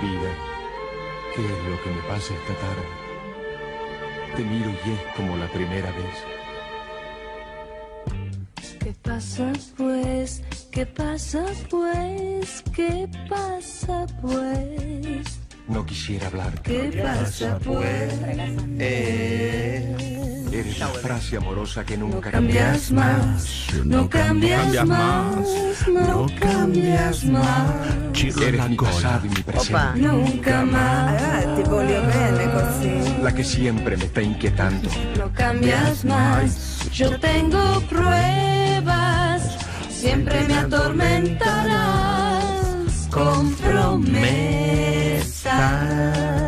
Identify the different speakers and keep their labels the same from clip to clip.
Speaker 1: Vida, ¿qué es lo que me pasa esta tarde? Te miro y es como la primera vez.
Speaker 2: ¿Qué pasa pues? ¿Qué pasa pues? ¿Qué pasa pues?
Speaker 1: No quisiera hablarte.
Speaker 2: ¿Qué pasa pues?
Speaker 1: Eres la frase amorosa que nunca
Speaker 2: Cambias más, no pues? cambias más, no cambias más,
Speaker 1: Eres mi pasado y mi presente.
Speaker 2: nunca más,
Speaker 3: Ah, tipo Leo Bene così.
Speaker 1: La que siempre me está inquietando.
Speaker 2: no cambias más. Yo tengo pruebas, siempre me atormentarás con promesas.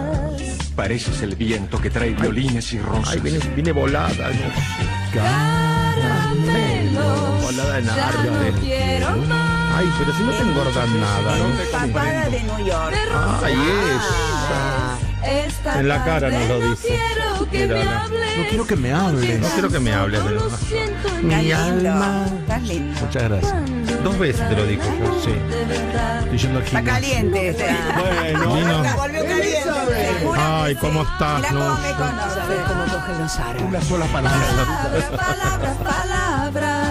Speaker 1: Pareces el viento que trae violines y rosas.
Speaker 4: Ahí viene, viene volada. ¿no?
Speaker 2: Caramelos,
Speaker 4: Volada en
Speaker 2: ya
Speaker 4: área de-
Speaker 2: no quiero más.
Speaker 4: Ay, pero si no te engordas nada, ¿no?
Speaker 3: Papada de New York.
Speaker 2: de rosas.
Speaker 4: Ay, esa.
Speaker 2: Esta
Speaker 5: En la cara
Speaker 2: tarde
Speaker 5: nos lo
Speaker 2: no
Speaker 5: dice.
Speaker 2: quiero que me
Speaker 4: Mírala.
Speaker 2: hables.
Speaker 5: No quiero que me hables.
Speaker 4: No quiero que me hables de
Speaker 2: Lo
Speaker 4: verdad.
Speaker 2: siento en
Speaker 3: Estás
Speaker 2: mi
Speaker 5: alma.
Speaker 3: lindo. Estás lindo.
Speaker 5: Muchas gracias.
Speaker 4: Dos veces te lo digo yo, sí.
Speaker 2: de verdad.
Speaker 5: Estoy yendo al
Speaker 3: Está
Speaker 5: gimnasio.
Speaker 3: caliente esta.
Speaker 5: Bueno,
Speaker 3: La volvió caliente. Te juro
Speaker 4: Ay,
Speaker 3: que
Speaker 4: ¿cómo
Speaker 3: sí.
Speaker 4: estás,
Speaker 3: Mirá
Speaker 4: no?
Speaker 3: cómo me conoces.
Speaker 1: Una sola palabra.
Speaker 2: Palabras, palabras, palabras.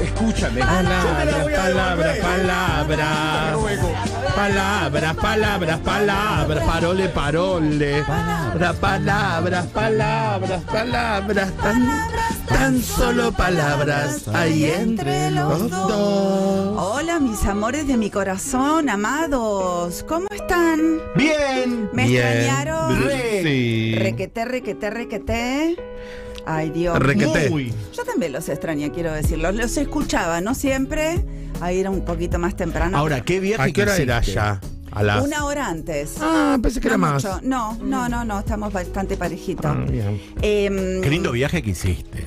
Speaker 1: Escúchame.
Speaker 2: Ah,
Speaker 4: Palabras, palabras, palabras. Palabras, palabras, palabras. Parole, parole. Palabras, palabras, palabras, palabras. Tan, tan solo palabras. Ahí entre los dos.
Speaker 3: Hola, mis amores de mi corazón, amados. ¿Cómo están?
Speaker 6: Bien.
Speaker 3: ¿Me
Speaker 4: Bien.
Speaker 3: extrañaron?
Speaker 6: Re.
Speaker 4: Sí.
Speaker 3: Requeté, requeté, requeté. Ay, Dios.
Speaker 4: Requeté.
Speaker 6: Muy.
Speaker 3: Yo también los extrañé, quiero decirlo. Los escuchaba, ¿no? Siempre. Ahí era un poquito más temprano.
Speaker 6: Ahora, ¿qué viaje
Speaker 4: ¿A qué hora
Speaker 6: que
Speaker 4: era
Speaker 6: hiciste?
Speaker 4: ya? A las.
Speaker 3: Una hora antes.
Speaker 4: Ah, pensé que era
Speaker 3: No
Speaker 4: más.
Speaker 3: mucho. No, no, no, no, estamos bastante parejitos.
Speaker 4: Ah, bien.
Speaker 3: Em,
Speaker 6: Qué lindo viaje que hiciste.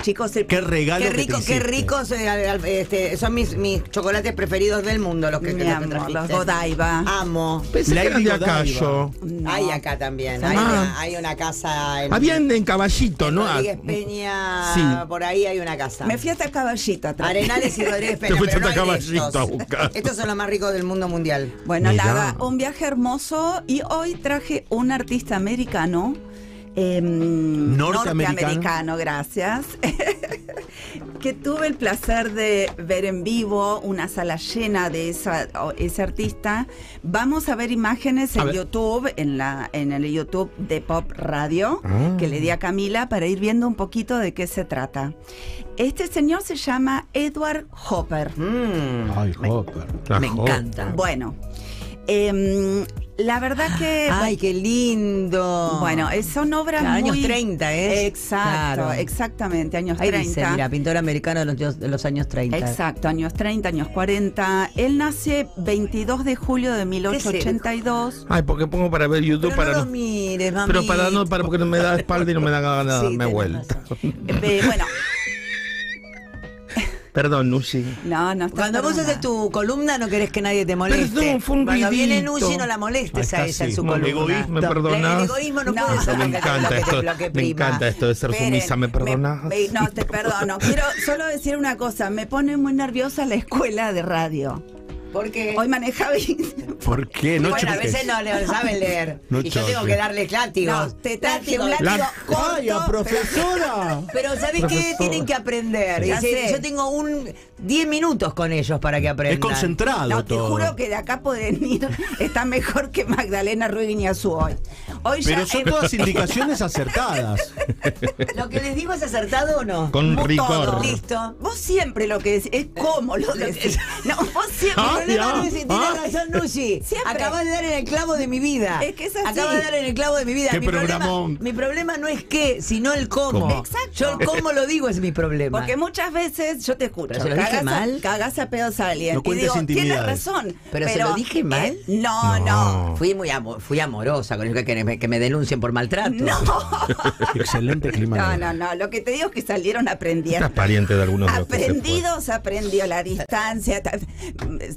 Speaker 3: Chicos, el-
Speaker 6: Qué regalo
Speaker 7: Qué
Speaker 6: que te
Speaker 7: rico, qué
Speaker 6: hiciste.
Speaker 7: ricos eh, al- al- este, son mis, mis chocolates preferidos del mundo, los que,
Speaker 3: mi
Speaker 7: los que
Speaker 3: amor,
Speaker 7: trajiste.
Speaker 3: los Godiva.
Speaker 7: Amo.
Speaker 4: Pensé que eran
Speaker 6: Lady
Speaker 4: de acá
Speaker 6: Godiva.
Speaker 4: yo.
Speaker 3: No.
Speaker 7: Hay Ah, acá también. Hay,
Speaker 4: Ah.
Speaker 7: una, hay una casa en
Speaker 4: Habían en caballito, ¿no? Ah,
Speaker 7: Rodríguez Peña,
Speaker 4: Sí.
Speaker 7: por ahí hay una casa.
Speaker 3: Me fui hasta caballito atrás.
Speaker 7: Arenales y Rodríguez Peña.
Speaker 4: Te fuiste
Speaker 7: pero no
Speaker 4: hasta
Speaker 7: hay de
Speaker 4: Caballito a
Speaker 7: estos.
Speaker 4: buscar.
Speaker 7: Estos son los más ricos del mundo mundial.
Speaker 3: Bueno,
Speaker 4: Mirá.
Speaker 3: nada, un viaje hermoso y hoy traje un artista americano. eh, norteamericano, gracias. que tuve el placer de ver en vivo una sala llena de esa, o- ese artista. Vamos a ver imágenes en
Speaker 4: ver.
Speaker 3: YouTube, en, la, en el YouTube de Pop Radio, que le di a Camila para ir viendo un poquito de qué se trata. Este señor se llama Edward Hopper.
Speaker 7: Mm.
Speaker 5: Ay, Hopper.
Speaker 4: la
Speaker 7: Me
Speaker 4: jo-
Speaker 7: encanta.
Speaker 3: Bueno, em, la verdad que...
Speaker 7: Ay, qué lindo.
Speaker 3: pues- Bueno, eh, son obras
Speaker 7: Claro,
Speaker 3: muy...
Speaker 7: años 30, ¿eh?
Speaker 3: Exacto,
Speaker 7: Claro.
Speaker 3: exactamente, años
Speaker 7: Ahí
Speaker 3: 30.
Speaker 7: dice, mira, pintor americano de los, dios- de los años 30.
Speaker 3: Exacto, años 30, años 40. Él nace 22 de julio de 1882.
Speaker 4: Ay, porque pongo para ver YouTube
Speaker 7: Pero
Speaker 4: para
Speaker 7: no
Speaker 4: no.
Speaker 7: lo mires, mami.
Speaker 4: pero para no, para porque no me da espalda y no me da ganas de
Speaker 7: Sí,
Speaker 4: darme
Speaker 7: tenés
Speaker 4: vuelta.
Speaker 3: Eh, bueno,
Speaker 4: Perdón, Nushi.
Speaker 3: no, no está
Speaker 7: Cuando vos
Speaker 3: perdonada.
Speaker 7: haces tu columna no querés que nadie te moleste.
Speaker 4: Perdón, fue un
Speaker 7: Cuando viene
Speaker 4: ruidito.
Speaker 7: Nushi no la molestes
Speaker 6: Ahí
Speaker 7: a
Speaker 6: está,
Speaker 7: ella en
Speaker 6: sí.
Speaker 7: su
Speaker 6: Como
Speaker 7: columna.
Speaker 4: egoísmo, ¿me
Speaker 7: La-
Speaker 4: perdonás?
Speaker 7: El egoísmo no,
Speaker 3: No.
Speaker 7: puede ser
Speaker 3: Me
Speaker 7: que te
Speaker 4: encanta
Speaker 7: bloque, te
Speaker 4: esto,
Speaker 7: bloque,
Speaker 4: me
Speaker 7: prima.
Speaker 4: encanta esto de ser
Speaker 3: Esperen,
Speaker 4: sumisa, ¿me perdonás?
Speaker 3: me- no, te perdono. Quiero solo decir una cosa. Me pone muy nerviosa la escuela de radio.
Speaker 7: Porque
Speaker 3: Hoy manejaba y
Speaker 6: ¿Por qué? No
Speaker 7: bueno, a
Speaker 6: choques.
Speaker 7: veces no le saben leer.
Speaker 6: No
Speaker 7: y yo tengo
Speaker 6: choques.
Speaker 7: que darles látigos.
Speaker 3: No, te traje
Speaker 7: Látigos.
Speaker 3: un látigo
Speaker 4: La-
Speaker 3: corto,
Speaker 6: profesora!
Speaker 7: Pero ¿sabés qué? Tienen que aprender.
Speaker 3: Ya
Speaker 7: Y si-
Speaker 3: sé.
Speaker 7: yo tengo un 10 minutos con ellos para que aprendan.
Speaker 6: Es concentrado
Speaker 3: No, te
Speaker 6: todo.
Speaker 3: juro que de acá pueden ir. Está mejor que Magdalena Ruiñazú hoy. Hoy ya
Speaker 6: Pero son
Speaker 3: hemos-
Speaker 6: todas indicaciones acertadas.
Speaker 7: ¿Lo que les digo es acertado o no?
Speaker 4: Con
Speaker 7: Vos
Speaker 4: rigor.
Speaker 7: todo, Listo.
Speaker 3: Vos siempre lo que decís es cómo lo decís. No, vos siempre.
Speaker 4: Ah, ya.
Speaker 3: no, no, no,
Speaker 7: Tiene
Speaker 4: Ah.
Speaker 7: razón, Nushi.
Speaker 3: Siempre.
Speaker 7: Acabas de dar en el clavo de mi vida.
Speaker 3: Es que es así.
Speaker 7: Acabas de dar en el clavo de mi vida.
Speaker 4: Qué
Speaker 7: mi, problema,
Speaker 4: programón.
Speaker 7: mi problema no es qué, sino el cómo.
Speaker 4: ¿Cómo?
Speaker 3: Exacto.
Speaker 7: Yo el cómo lo digo es mi problema.
Speaker 3: Porque muchas veces yo te escucho.
Speaker 7: Pero se lo dije
Speaker 3: cagás
Speaker 7: mal.
Speaker 3: A, cagás a pedos a alguien.
Speaker 6: No
Speaker 3: y
Speaker 6: cuentes
Speaker 3: digo, tienes
Speaker 6: intimidades.
Speaker 3: razón. eh,
Speaker 7: Pero se lo dije mal.
Speaker 3: no, no.
Speaker 7: Fui muy amo- fui amorosa con el que querés. Me me, que me denuncien por maltrato.
Speaker 6: Excelente clima.
Speaker 3: No, no, no. Lo que te digo es que salieron
Speaker 4: Estás
Speaker 3: aprendiendo.
Speaker 4: pariente de algunos de los que se
Speaker 3: Aprendidos, aprendió la distancia. ta-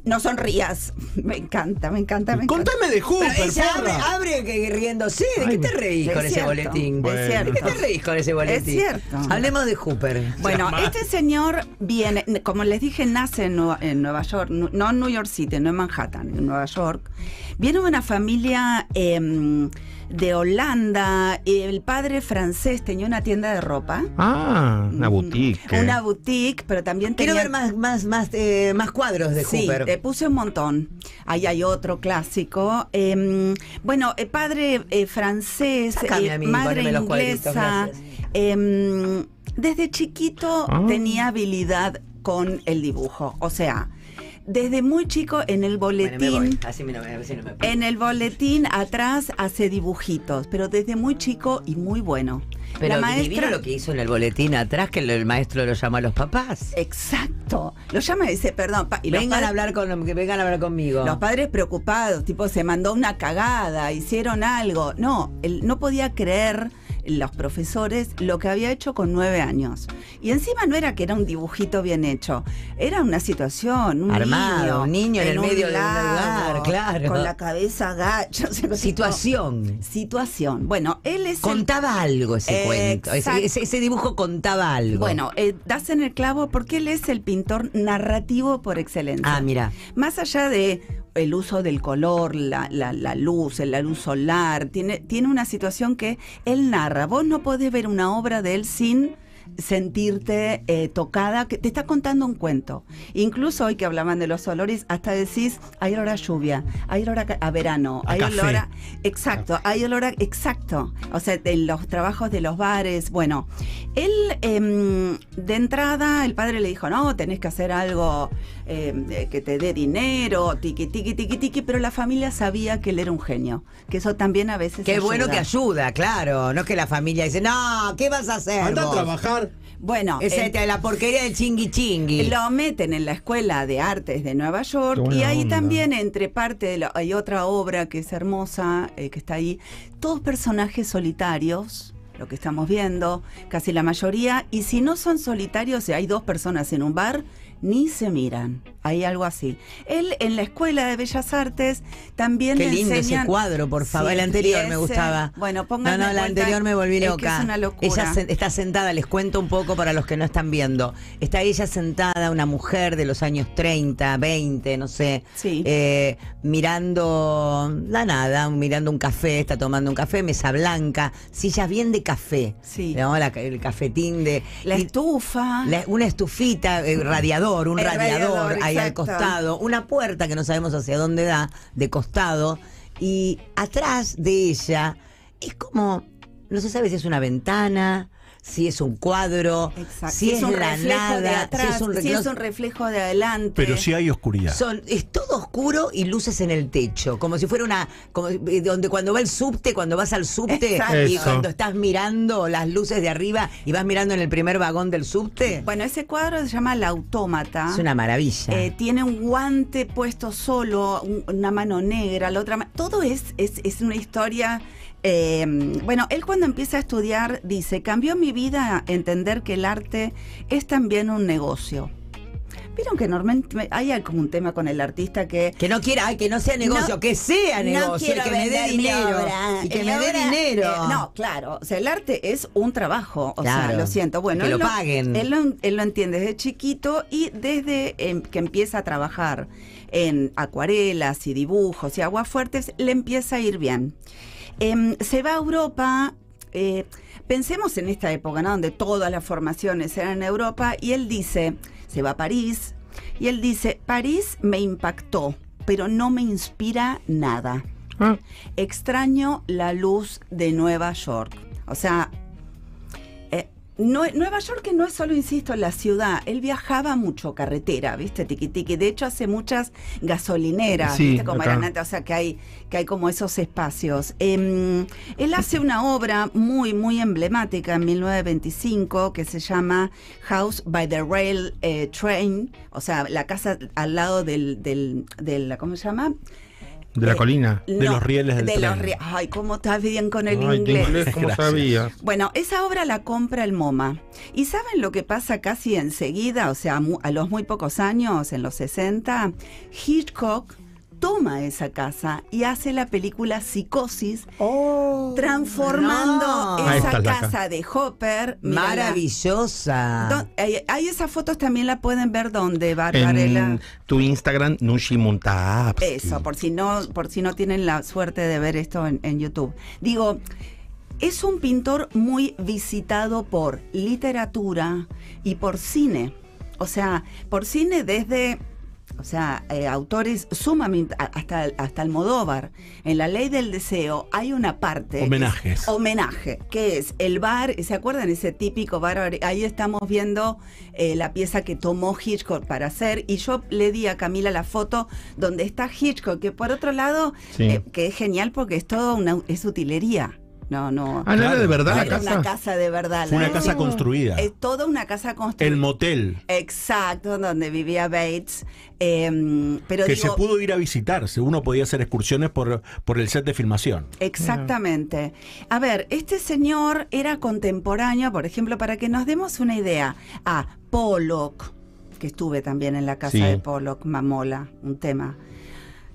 Speaker 3: No sonrías. Me encanta, me encanta, me encanta.
Speaker 6: Contame de
Speaker 7: Pero
Speaker 6: Hooper,
Speaker 7: ella abre,
Speaker 6: porra.
Speaker 7: abre que- riéndose. ¿De qué te reís
Speaker 3: Es
Speaker 7: con ese
Speaker 3: cierto,
Speaker 7: boletín?
Speaker 3: es
Speaker 7: ¿De qué
Speaker 3: cierto.
Speaker 7: te reís con ese boletín?
Speaker 3: Es cierto.
Speaker 7: Hablemos de Hooper.
Speaker 3: Bueno, este señor viene, como les dije, nace en Nueva, en Nueva York, nu- no en New York City, no en Manhattan, en Nueva York. Viene de una familia em, de Holanda, el padre francés tenía una tienda de ropa.
Speaker 4: fue. Ah, una boutique. eh,
Speaker 3: Una boutique, pero también tenía...
Speaker 7: Quiero ver más, más, más, eh, más cuadros de
Speaker 3: Sí, eh,
Speaker 7: Hooper.
Speaker 3: te puse un montón. Ahí hay otro clásico. Eh, bueno, eh, padre eh, francés,
Speaker 7: Sácame
Speaker 3: eh,
Speaker 7: a mí,
Speaker 3: madre
Speaker 7: poneme los cuadritos,
Speaker 3: inglesa.
Speaker 7: gracias.
Speaker 3: Eh, desde chiquito
Speaker 4: Ah.
Speaker 3: tenía habilidad con el dibujo. O sea, desde muy chico en el
Speaker 7: Bueno,
Speaker 3: boletín.
Speaker 7: me voy. Así me, así no me paro.
Speaker 3: En el boletín atrás hace dibujitos, pero desde muy chico y muy bueno.
Speaker 7: Pero divino lo que hizo en el boletín atrás, que el, el maestro lo llama a los papás.
Speaker 3: Exacto. Lo llama y dice, perdón, pa- Eh, y los
Speaker 7: vengan, a
Speaker 3: padres-
Speaker 7: hablar con, que vengan a hablar conmigo.
Speaker 3: Los padres preocupados, tipo, se mandó una cagada, hicieron algo. No, él no podía creer los profesores lo que había hecho con nueve años. Y encima no era que era un dibujito bien hecho, era una situación, un niño,
Speaker 7: Armado, un niño en el medio de un lugar, claro.
Speaker 3: Con la cabeza gacha. o sea, tipo,
Speaker 7: Situación.
Speaker 3: situación. Bueno, él es... el-
Speaker 7: Contaba algo ese cuento. Ese,
Speaker 3: Eh, Exacto.
Speaker 7: ese- ese dibujo contaba algo.
Speaker 3: bueno, eh, das en el clavo porque él es el pintor narrativo por excelencia.
Speaker 7: Ah, mira.
Speaker 3: Más allá de el uso del color, la, la- la luz, la luz solar, tiene, tiene una situación que él narra. Vos no podés ver una obra de él sin sentirte eh, tocada, que te está contando un cuento. Incluso hoy que hablaban de los olores, hasta decís, hay olor a lluvia, hay olor a, ca- a verano,
Speaker 6: A
Speaker 3: hay
Speaker 6: café.
Speaker 3: olor a... Exacto, hay olor a... Exacto. O sea, en los trabajos de los bares, bueno. Él, em, de entrada, el padre le dijo, no, tenés que hacer algo em, de- que te dé dinero, tiqui, tiqui, tiqui, tiqui, pero la familia sabía que él era un genio, que eso también a veces
Speaker 7: Qué bueno que
Speaker 3: ayuda.
Speaker 7: ayuda, claro. No es que la familia dice, no, ¿qué vas a hacer?
Speaker 6: Anda a
Speaker 7: vos?"
Speaker 6: trabajar.
Speaker 3: Bueno,
Speaker 7: Esa
Speaker 3: em,
Speaker 7: es la porquería del chingui chingui.
Speaker 3: Lo meten en la Escuela de Artes de Nueva York
Speaker 4: Qué buena
Speaker 3: y ahí
Speaker 4: onda.
Speaker 3: también entre parte de la- hay otra obra que es hermosa, eh, que está ahí, todos personajes solitarios, lo que estamos viendo, casi la mayoría, y si no son solitarios, si hay dos personas en un bar, ni se miran, hay algo así. Él en la Escuela de Bellas Artes también
Speaker 7: Qué
Speaker 3: le
Speaker 7: lindo
Speaker 3: enseñan-
Speaker 7: ese cuadro, por favor.
Speaker 3: Sí,
Speaker 7: el anterior
Speaker 3: y
Speaker 7: me
Speaker 3: ese-
Speaker 7: gustaba.
Speaker 3: Bueno,
Speaker 7: No,
Speaker 3: pónganme
Speaker 7: no, el
Speaker 3: cuenta,
Speaker 7: anterior me volví
Speaker 3: es que
Speaker 7: loca.
Speaker 3: es una locura.
Speaker 7: Ella se- está sentada, les cuento un poco para los que no están viendo. Está ella sentada, una mujer de los años 30, 20, no sé,
Speaker 3: Sí.
Speaker 7: eh, mirando la nada, mirando un café, está tomando un café, mesa blanca, sillas bien de café.
Speaker 3: Sí.
Speaker 7: ¿no? La- el cafetín de...
Speaker 3: la
Speaker 7: y-
Speaker 3: estufa.
Speaker 7: la- una estufita, eh, radiador, un
Speaker 3: El
Speaker 7: radiador,
Speaker 3: radiador,
Speaker 7: ahí al
Speaker 3: exacto.
Speaker 7: costado, una puerta que no sabemos hacia dónde da, de costado, y atrás de ella es como, no se sabe si es una ventana, si es un cuadro,
Speaker 3: Exacto.
Speaker 7: si es,
Speaker 3: un
Speaker 7: la
Speaker 3: reflejo de
Speaker 7: nada,
Speaker 3: atrás,
Speaker 7: si es un, re- no-
Speaker 3: reflejo de adelante.
Speaker 6: Pero sí hay oscuridad.
Speaker 7: son, es todo oscuro y luces en el techo, como si fuera una, como, eh, donde cuando va el subte, cuando vas al subte
Speaker 3: Exacto.
Speaker 7: y
Speaker 4: Eso.
Speaker 7: cuando estás mirando las luces de arriba y vas mirando en el primer vagón del subte,
Speaker 3: Bueno, ese cuadro se llama El Autómata.
Speaker 7: es una maravilla.
Speaker 3: Ah. Eh, tiene un guante puesto solo, un- una mano negra, la otra ma- Todo es, es, es una historia. eh, bueno, él cuando empieza a estudiar dice, cambió mi vida entender que el arte es también un negocio. Vieron que normalmente hay como un tema con el artista que
Speaker 7: Que no quiera, ay, que no sea negocio,
Speaker 3: No,
Speaker 7: que sea
Speaker 3: no
Speaker 7: negocio, y
Speaker 3: quiero
Speaker 7: que me dé
Speaker 3: vender mi
Speaker 7: dinero.
Speaker 3: obra.
Speaker 7: Y que
Speaker 3: Mi
Speaker 7: me dé
Speaker 3: obra,
Speaker 7: dinero.
Speaker 3: eh, no, claro. O sea, el arte es un trabajo. O
Speaker 7: Claro.
Speaker 3: sea, lo siento. Bueno,
Speaker 7: Que
Speaker 3: él
Speaker 7: lo paguen.
Speaker 3: Él lo, él lo entiende desde chiquito y desde em, que empieza a trabajar en acuarelas y dibujos y aguafuertes, le empieza a ir bien. Em, se va a Europa. eh, pensemos en esta época, ¿no? Donde todas las formaciones eran en Europa y él dice, se va a París y él dice, París me impactó, pero no me inspira nada
Speaker 4: Ah,
Speaker 3: extraño la luz de Nueva York. O sea, eh, Nue- Nueva York que no es solo, insisto, la ciudad. Él viajaba mucho carretera, ¿viste? Tiqui tiqui. De hecho, hace muchas gasolineras,
Speaker 4: Sí,
Speaker 3: ¿viste? Como
Speaker 4: acá.
Speaker 3: eran antes. O sea, que hay, que hay como esos espacios. Em, él hace una obra muy, muy emblemática en 1925 que se llama House by the Rail eh, Train. O sea, la casa al lado del, del, del- ¿cómo se llama?
Speaker 4: De la colina.
Speaker 6: De los rieles del
Speaker 3: de los
Speaker 6: tren.
Speaker 3: rie- Ay, cómo estás bien con el
Speaker 4: Ay, de
Speaker 3: inglés.
Speaker 4: ¿cómo
Speaker 6: Gracias.
Speaker 4: sabía?
Speaker 3: Bueno, esa obra la compra el MoMA. ¿Y saben lo que pasa casi enseguida? O sea, mu- a los muy pocos años, en los 60, Hitchcock toma esa casa y hace la película Psicosis, transformando
Speaker 7: Oh, no.
Speaker 4: Ahí
Speaker 3: esa
Speaker 4: está la
Speaker 3: casa de Hopper. mírala.
Speaker 7: Maravillosa.
Speaker 3: Do- eh, Hay esas fotos también la pueden ver donde Barbarella.
Speaker 4: En tu Instagram, Nushi Muntaabs.
Speaker 3: Eso, por si no, por si no tienen la suerte de ver esto en, en YouTube. Digo, es un pintor muy visitado por literatura y por cine. O sea, por cine desde. O sea, eh, autores sumamente a- hasta, hasta Almodóvar. En La Ley del Deseo hay una parte. que es-
Speaker 6: Homenajes.
Speaker 3: homenaje, que es el bar, ¿se acuerdan ese típico bar? Ahí estamos viendo eh, la pieza que tomó Hitchcock para hacer y yo le di a Camila la foto donde está Hitchcock, que por otro lado,
Speaker 4: Sí.
Speaker 3: eh, que es genial porque es todo una es utilería. No, no.
Speaker 4: Ah, no era de verdad la
Speaker 3: Era
Speaker 4: casa.
Speaker 3: una casa de verdad.
Speaker 6: Fue
Speaker 3: la
Speaker 6: una casa construida.
Speaker 3: Es toda una casa
Speaker 6: El
Speaker 3: construida.
Speaker 6: motel.
Speaker 3: Exacto, donde vivía Bates. Em, pero
Speaker 6: Que
Speaker 3: digo,
Speaker 6: se pudo ir a visitar. si Uno podía hacer excursiones por, por el set de filmación.
Speaker 3: Exactamente. A ver, este señor era contemporáneo, por ejemplo, para que nos demos una idea, a Pollock, que estuve también en la casa
Speaker 4: Sí.
Speaker 3: de Pollock, Mamola, un tema.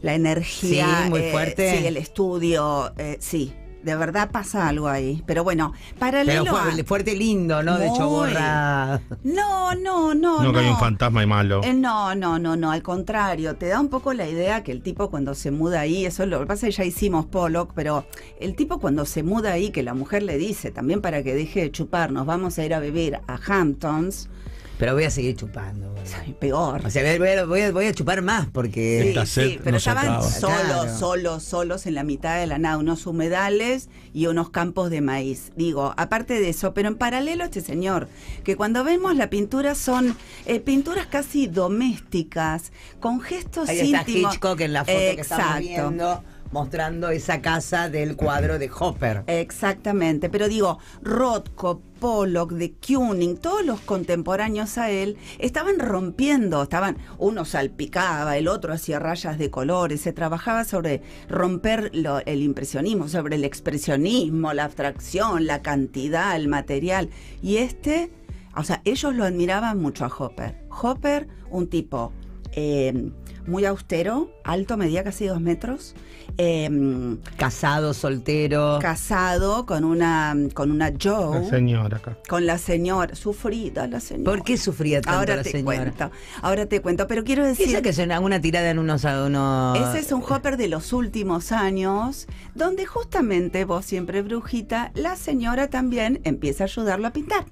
Speaker 3: La energía. eh,
Speaker 7: Sí, muy fuerte.
Speaker 3: Sí, el estudio, eh, sí. De verdad pasa algo ahí. Pero bueno, paralelo
Speaker 7: Pero fue-
Speaker 3: a-
Speaker 7: fuerte lindo, ¿no? De
Speaker 3: Muy.
Speaker 7: choborra.
Speaker 3: No, no,
Speaker 4: No,
Speaker 3: no, no.
Speaker 4: que hay un fantasma y malo.
Speaker 3: Eh, no, no, no, no, al contrario, te da un poco la idea que el tipo cuando se muda ahí, eso es lo que pasa es que ya hicimos Pollock, pero el tipo cuando se muda ahí, que la mujer le dice también para que deje de chupar, nos vamos a ir a vivir a Hamptons,
Speaker 7: Pero voy a seguir chupando. boludo.
Speaker 3: ay, peor.
Speaker 7: O sea, voy a- voy a, voy a- voy a chupar más porque.
Speaker 6: Esta sed
Speaker 3: pero
Speaker 6: no se
Speaker 3: estaban
Speaker 6: acaba.
Speaker 3: solos,
Speaker 7: Claro.
Speaker 3: solos, solos en la mitad de la nada, unos humedales y unos campos de maíz. Digo, aparte de eso, pero en paralelo este señor, que cuando vemos la pintura son eh, pinturas casi domésticas, con gestos
Speaker 7: Ahí está
Speaker 3: íntimos.
Speaker 7: Hitchcock en la foto que estamos viendo, mostrando esa casa del cuadro de Hopper.
Speaker 3: Exactamente, pero digo, Rothko, Pollock, de Kooning, todos los contemporáneos a él estaban rompiendo, estaban, uno salpicaba, el otro hacía rayas de colores, se trabajaba sobre romper lo- el impresionismo, sobre el expresionismo, la abstracción, la cantidad, el material. Y este, o sea, ellos lo admiraban mucho a Hopper. Hopper, un tipo eh, muy austero, alto, medía casi dos metros. em,
Speaker 7: Casado, soltero.
Speaker 3: casado con una con una
Speaker 4: La
Speaker 3: Joe,
Speaker 4: señora acá.
Speaker 3: con la señora, sufrida la señora.
Speaker 7: ¿Por qué sufría tanto
Speaker 3: Ahora
Speaker 7: la
Speaker 3: te
Speaker 7: señora?
Speaker 3: cuento, ahora te cuento, pero quiero
Speaker 7: Sí,
Speaker 3: decir
Speaker 7: esa que es una, una tirada en unos. a unos-
Speaker 3: ese es un hopper de los últimos años, donde justamente vos siempre brujita, la señora también empieza a ayudarlo a pintar.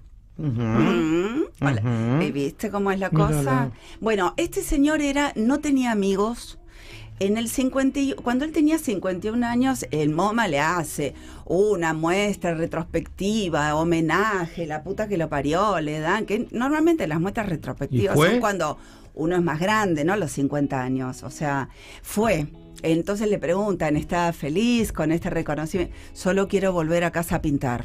Speaker 3: Mm, hola.
Speaker 4: Ujú.
Speaker 3: ¿Y ¿Viste cómo es la cosa?
Speaker 4: Mírala.
Speaker 3: Bueno, este señor era no tenía amigos. En el 50, y- cuando él tenía 51 años, el MoMA le hace una muestra retrospectiva, homenaje, la puta que lo parió, le dan, que normalmente las muestras retrospectivas
Speaker 4: ¿Y fue?
Speaker 3: son cuando uno es más grande, ¿no? Los 50 años, o sea, fue. Entonces le preguntan, ¿está feliz con este reconocimiento? Solo quiero volver a casa a pintar.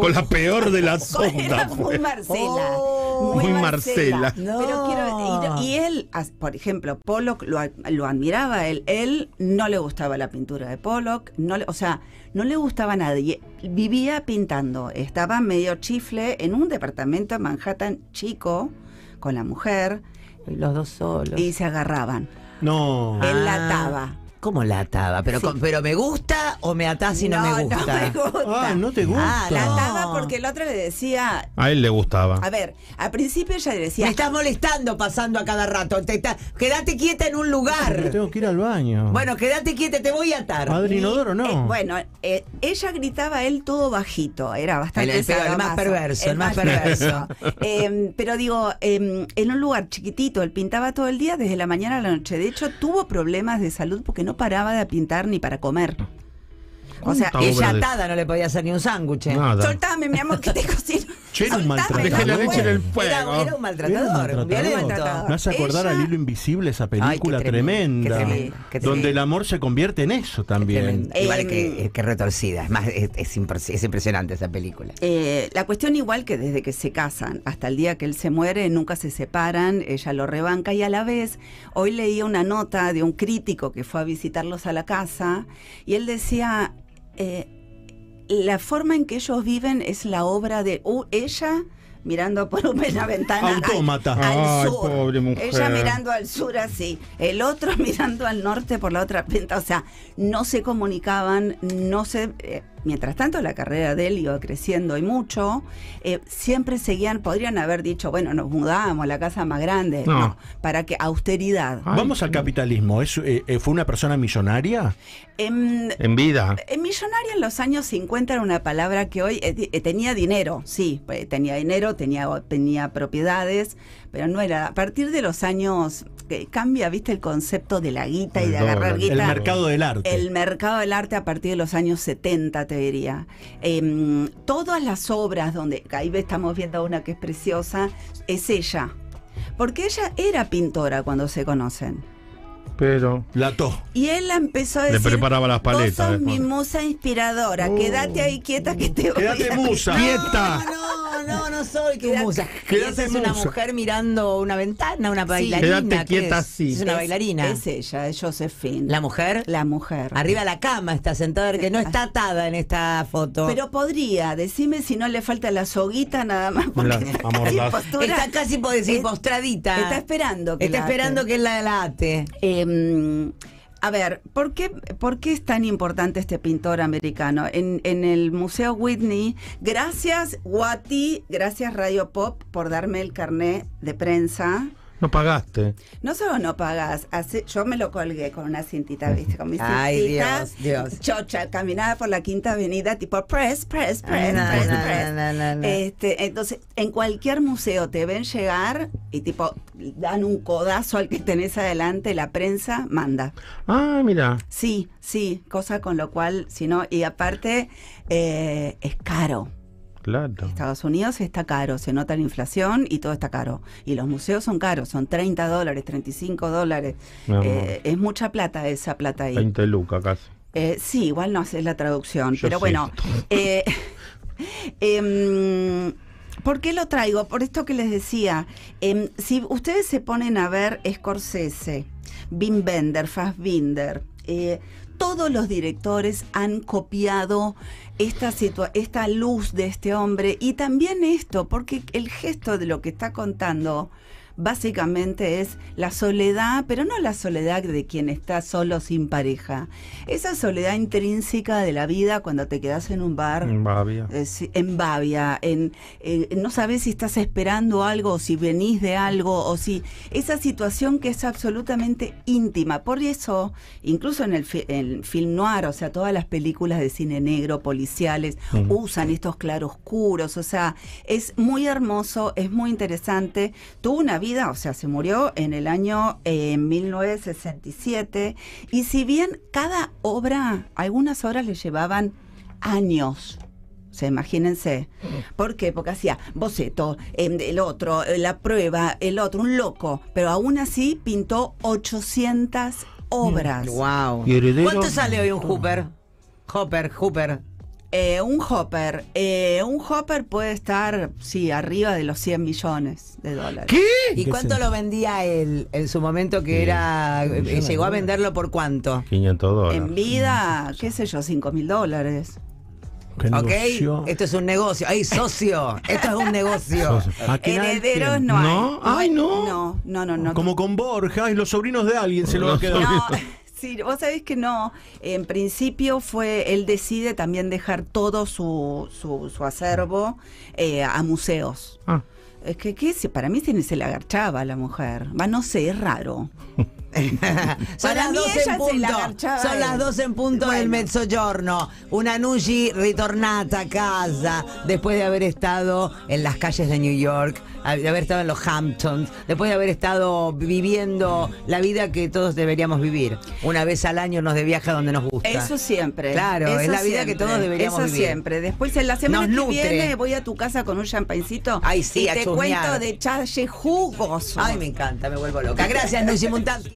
Speaker 4: Con la peor de las
Speaker 3: Era
Speaker 4: ondas.
Speaker 3: muy Marcela.
Speaker 7: Oh.
Speaker 4: Muy Marcela.
Speaker 7: No.
Speaker 3: Pero quiero, y, y él, as- por ejemplo, Pollock lo, a- lo admiraba a él. Él no le gustaba la pintura de Pollock, no le- o sea, no le gustaba a nadie. Vivía pintando, estaba medio chifle en un departamento en Manhattan chico con la mujer
Speaker 7: Los dos solos. Ah,
Speaker 3: y se agarraban.
Speaker 6: No.
Speaker 7: Eh.
Speaker 3: él la ataba.
Speaker 7: ¿Cómo la ataba? ¿Pero,
Speaker 3: Sí.
Speaker 7: con- ¿Pero me gusta o me atás si no, me gusta?
Speaker 3: me gusta.
Speaker 6: Ah, no te gusta.
Speaker 7: Ah,
Speaker 3: La
Speaker 7: No.
Speaker 3: ataba porque el otro le decía,
Speaker 4: A él le gustaba.
Speaker 3: a ver, al principio ella le decía,
Speaker 7: Me estás molestando pasando a cada rato. Te está- Quédate quieta en un
Speaker 6: Pero
Speaker 7: lugar.
Speaker 6: Tengo que ir al baño.
Speaker 7: Bueno, quédate quieta, te voy a atar.
Speaker 6: Madre inodoro, no.
Speaker 3: Eh, bueno, eh, ella gritaba él todo bajito, era bastante
Speaker 7: El- el peor, el más
Speaker 3: sadomaso.
Speaker 7: perverso, el más perverso.
Speaker 3: Eh, pero digo, eh, en un lugar chiquitito, él pintaba todo el día desde la mañana a la noche. De hecho, tuvo problemas de salud porque no paraba de pintar ni para comer. O sea,
Speaker 4: ¿Cuánta
Speaker 7: Ella
Speaker 4: obra de-
Speaker 7: atada no le podía hacer ni un sándwich. eh. Ah,
Speaker 4: Nada.
Speaker 3: soltame, mi amor, que te cocino.
Speaker 6: Che, era un
Speaker 3: Soltame,
Speaker 6: maltratador.
Speaker 4: Dejé la leche en el
Speaker 7: Era, era
Speaker 4: fuego.
Speaker 7: un maltratador,
Speaker 6: Era un
Speaker 7: un
Speaker 6: maltratador.
Speaker 7: violento.
Speaker 3: Maltratador.
Speaker 6: Me hace acordar
Speaker 3: Ella-
Speaker 6: al hilo invisible esa
Speaker 7: qué
Speaker 6: película
Speaker 7: tremendo,
Speaker 6: tremenda,
Speaker 7: qué tremendo, qué tremendo.
Speaker 6: donde el amor se convierte en eso también.
Speaker 7: Tremendo. Igual
Speaker 3: Eh,
Speaker 7: que, que retorcida. Es, más, es, es impres- es impresionante esa película.
Speaker 3: Eh, la cuestión igual que desde que se casan hasta el día que él se muere, nunca se separan, ella lo rebanca y a la vez, hoy leía una nota de un crítico que fue a visitarlos a la casa y él decía, eh, la forma en que ellos viven es la obra de u- ella mirando por una ventana al-
Speaker 6: Autómata.
Speaker 3: al,
Speaker 4: Ay,
Speaker 3: sur,
Speaker 4: pobre mujer.
Speaker 3: ella mirando al sur así, el otro mirando al norte por la otra ventana, o sea, no se comunicaban, no se... eh, Mientras tanto, la carrera de él iba creciendo y mucho. eh, siempre seguían, podrían haber dicho, bueno, nos mudamos, la casa más grande. No,
Speaker 4: No.
Speaker 3: para que austeridad.
Speaker 4: Ay,
Speaker 6: Vamos al capitalismo. ¿Es, eh, eh, ¿Fue una persona millonaria?
Speaker 3: Em,
Speaker 4: En vida.
Speaker 3: Eh, Millonaria en los años 50 era una palabra que hoy eh, di- eh, tenía dinero, sí, eh, tenía dinero, tenía, tenía propiedades, pero no era. A partir de los años que cambia, viste, el concepto de la guita y
Speaker 4: El
Speaker 3: de agarrar
Speaker 4: dólar,
Speaker 3: guita.
Speaker 6: El
Speaker 4: Claro.
Speaker 6: mercado del arte.
Speaker 3: El mercado del arte a partir de los años 70, te diría. Em, todas las obras donde ahí estamos viendo una que es preciosa, es ella. Porque ella era pintora cuando se conocen.
Speaker 4: Pero.
Speaker 6: La to.
Speaker 3: Y él la empezó a
Speaker 4: Le
Speaker 3: decir.
Speaker 4: preparaba las paletas,
Speaker 3: Vos sos
Speaker 4: después".
Speaker 3: mi musa inspiradora. Quédate ahí quieta que te voy
Speaker 6: Quédate
Speaker 3: a-".
Speaker 6: musa.
Speaker 4: ¡Quieta!
Speaker 7: No, no, no soy tu
Speaker 3: Queda-
Speaker 7: musa.
Speaker 6: quédate
Speaker 7: Esa es una
Speaker 6: musa.
Speaker 7: mujer mirando una ventana, una bailarina.
Speaker 4: Quédate
Speaker 7: ¿qué
Speaker 4: quieta
Speaker 7: es?
Speaker 4: así.
Speaker 7: Es una
Speaker 3: Es-
Speaker 7: bailarina.
Speaker 3: Es ella, es Josephine.
Speaker 7: La mujer
Speaker 3: La mujer.
Speaker 7: arriba de la cama está sentada, que no está atada en esta foto.
Speaker 3: Pero podría, decime si no le falta la soguita nada más. Porque
Speaker 4: La
Speaker 3: está
Speaker 4: amordaza.
Speaker 3: casi postura-
Speaker 7: está casi por decir
Speaker 3: Es-
Speaker 7: postradita.
Speaker 3: está esperando que
Speaker 7: Está
Speaker 3: la
Speaker 7: esperando
Speaker 3: ate.
Speaker 7: que la, la ate.
Speaker 3: Eh, a ver, ¿por qué, ¿por qué es tan importante este pintor americano? En, en el Museo Whitney, gracias Guati, gracias Radio Pop por darme el carnet de prensa.
Speaker 4: No pagaste.
Speaker 3: No solo no pagas, hace- yo me lo colgué con una cintita, ¿viste? Con mi cintita.
Speaker 7: Ay, Dios, Dios.
Speaker 3: Chocha, caminaba por la quinta avenida, tipo press, press, press,
Speaker 7: Ah, No,
Speaker 3: press,
Speaker 7: no,
Speaker 3: press.
Speaker 7: no, no, no.
Speaker 3: Este, entonces, en cualquier museo te ven llegar y tipo dan un codazo al que tenés adelante, la prensa manda.
Speaker 4: Ah, mira.
Speaker 3: Sí, sí, cosa con lo cual, si no, y aparte eh, es caro.
Speaker 4: Claro.
Speaker 3: Estados Unidos está caro, se nota la inflación y todo está caro. Y los museos son caros, son 30 dólares, 35 dólares.
Speaker 4: Mi amor.
Speaker 3: Eh, es mucha plata esa plata ahí.
Speaker 4: 20 lucas casi.
Speaker 3: Eh, sí, igual no haces la traducción,
Speaker 4: Yo
Speaker 3: pero
Speaker 4: sí.
Speaker 3: bueno. eh, em, ¿Por qué lo traigo? Por esto que les decía. Em, si ustedes se ponen a ver Scorsese, Wim Bender, Fassbinder, eh, todos los directores han copiado esta, situa- esta luz de este hombre y también esto, porque el gesto de lo que está contando básicamente es la soledad, pero no la soledad de quien está solo sin pareja, esa soledad intrínseca de la vida cuando te quedas en un bar.
Speaker 4: Mm. Babia.
Speaker 3: Eh, sí, en Babia, en, eh, no sabes si estás esperando algo, o si venís de algo, o si esa situación que es absolutamente íntima. Por eso, incluso en el, fi- en film noir, o sea, todas las películas de cine negro, policiales, usan estos claroscuros, o sea, es muy hermoso, es muy interesante. Tuvo una vida, o sea, se murió en el año eh, 1967, y si bien cada obra, algunas obras le llevaban años. O sea, imagínense. ¿Por qué? Porque hacía boceto, em, el otro, eh, la prueba, el otro, un loco. Pero aún así pintó 800 obras.
Speaker 4: Mm,
Speaker 7: Wow.
Speaker 4: ¿Y heredero?
Speaker 7: ¿Cuánto sale hoy un Hooper? Hopper, Hooper.
Speaker 3: Eh, un hopper. eh, un hopper puede estar, sí, arriba de los 100 millones de dólares.
Speaker 7: ¿Y cuánto lo vendía él en su momento que era. eh, llegó a venderlo por cuánto?
Speaker 4: 500
Speaker 3: En
Speaker 4: dólares. Mm,
Speaker 3: vida, qué sé yo, 5 mil dólares.
Speaker 6: Qué
Speaker 7: ¿Ok?
Speaker 6: negocio.
Speaker 7: Esto es un negocio. ¡Ay, socio! Esto es un negocio.
Speaker 6: Aquí nadie
Speaker 3: Herederos
Speaker 6: tiene.
Speaker 3: no hay.
Speaker 4: ¿No? Ay, no.
Speaker 3: No, no, no. no.
Speaker 6: Como con Borja y los sobrinos de alguien se lo va a quedar.
Speaker 3: No, sí, vos sabés que no. En principio fue, él decide también dejar todo su, su, su acervo eh, a museos.
Speaker 4: Ah,
Speaker 3: Es que, ¿qué es? para mí se, se le agarchaba a la mujer. Va, no sé, es raro.
Speaker 7: Son
Speaker 3: Para
Speaker 7: las
Speaker 3: mí
Speaker 7: 12
Speaker 3: ella
Speaker 7: en
Speaker 3: se
Speaker 7: punto.
Speaker 3: la garchaba
Speaker 7: Son
Speaker 3: él.
Speaker 7: las 12 en punto del
Speaker 3: Bueno.
Speaker 7: mezzogiorno. Una Nushi ritornata a casa después de haber estado en las calles de New York, de haber estado en los Hamptons, después de haber estado viviendo la vida que todos deberíamos vivir. Una vez al año nos de viaje a donde nos gusta.
Speaker 3: Eso siempre.
Speaker 7: Claro,
Speaker 3: Eso
Speaker 7: es la vida
Speaker 3: siempre.
Speaker 7: que todos deberíamos
Speaker 3: Eso
Speaker 7: vivir.
Speaker 3: siempre. Después, en la semana
Speaker 7: Nos
Speaker 3: que
Speaker 7: nutre.
Speaker 3: viene, voy a tu casa con un champancito.
Speaker 7: Ay, sí,
Speaker 3: y
Speaker 7: a
Speaker 3: te
Speaker 7: chusmear.
Speaker 3: cuento de challe jugoso.
Speaker 7: Ay, me encanta, me vuelvo loca. Gracias, Nushi Muntansky.